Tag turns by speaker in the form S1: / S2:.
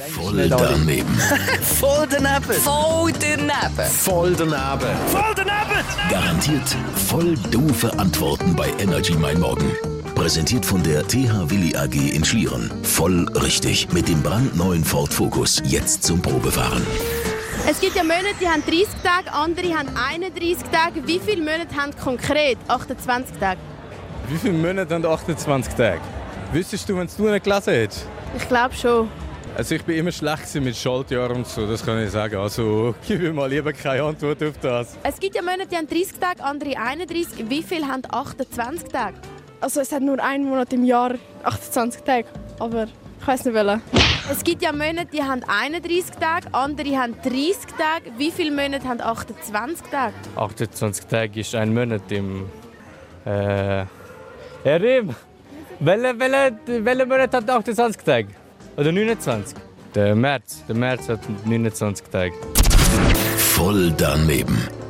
S1: Voll daneben.
S2: Voll daneben.
S3: Voll daneben.
S1: Voll daneben. Garantiert voll doofe Antworten bei Energy Mein Morgen. Präsentiert von der TH Willi AG in Schlieren. Voll richtig. Mit dem brandneuen Ford Focus. Jetzt zum Probefahren.
S4: Es gibt ja Monate, die haben 30 Tage, andere haben 31 Tage. Wie viele Monate haben konkret 28 Tage?
S5: Wie viele Monate und 28 Tage? Wüsstest du, wenn du nicht gelesen hättest?
S4: Ich glaube schon.
S5: Also ich bin immer schlecht gewesen mit Schaltjahren und so, das kann ich sagen. Also gib mir mal lieber keine Antwort auf das.
S4: Es gibt ja Monate, die haben 30 Tage, andere 31. Wie viele haben 28 Tage?
S6: Also es hat nur einen Monat im Jahr 28 Tage, aber ich weiß nicht welchen.
S4: Es gibt ja Monate, die haben 31 Tage, andere haben 30 Tage. Wie viele Monate haben 28 Tage?
S7: 28 Tage ist ein Monat im. Äh, Erim! Welcher welche, welche Monat hat 28 Tage? Oder 29? Der März. Der März hat 29 Tage.
S1: Voll daneben.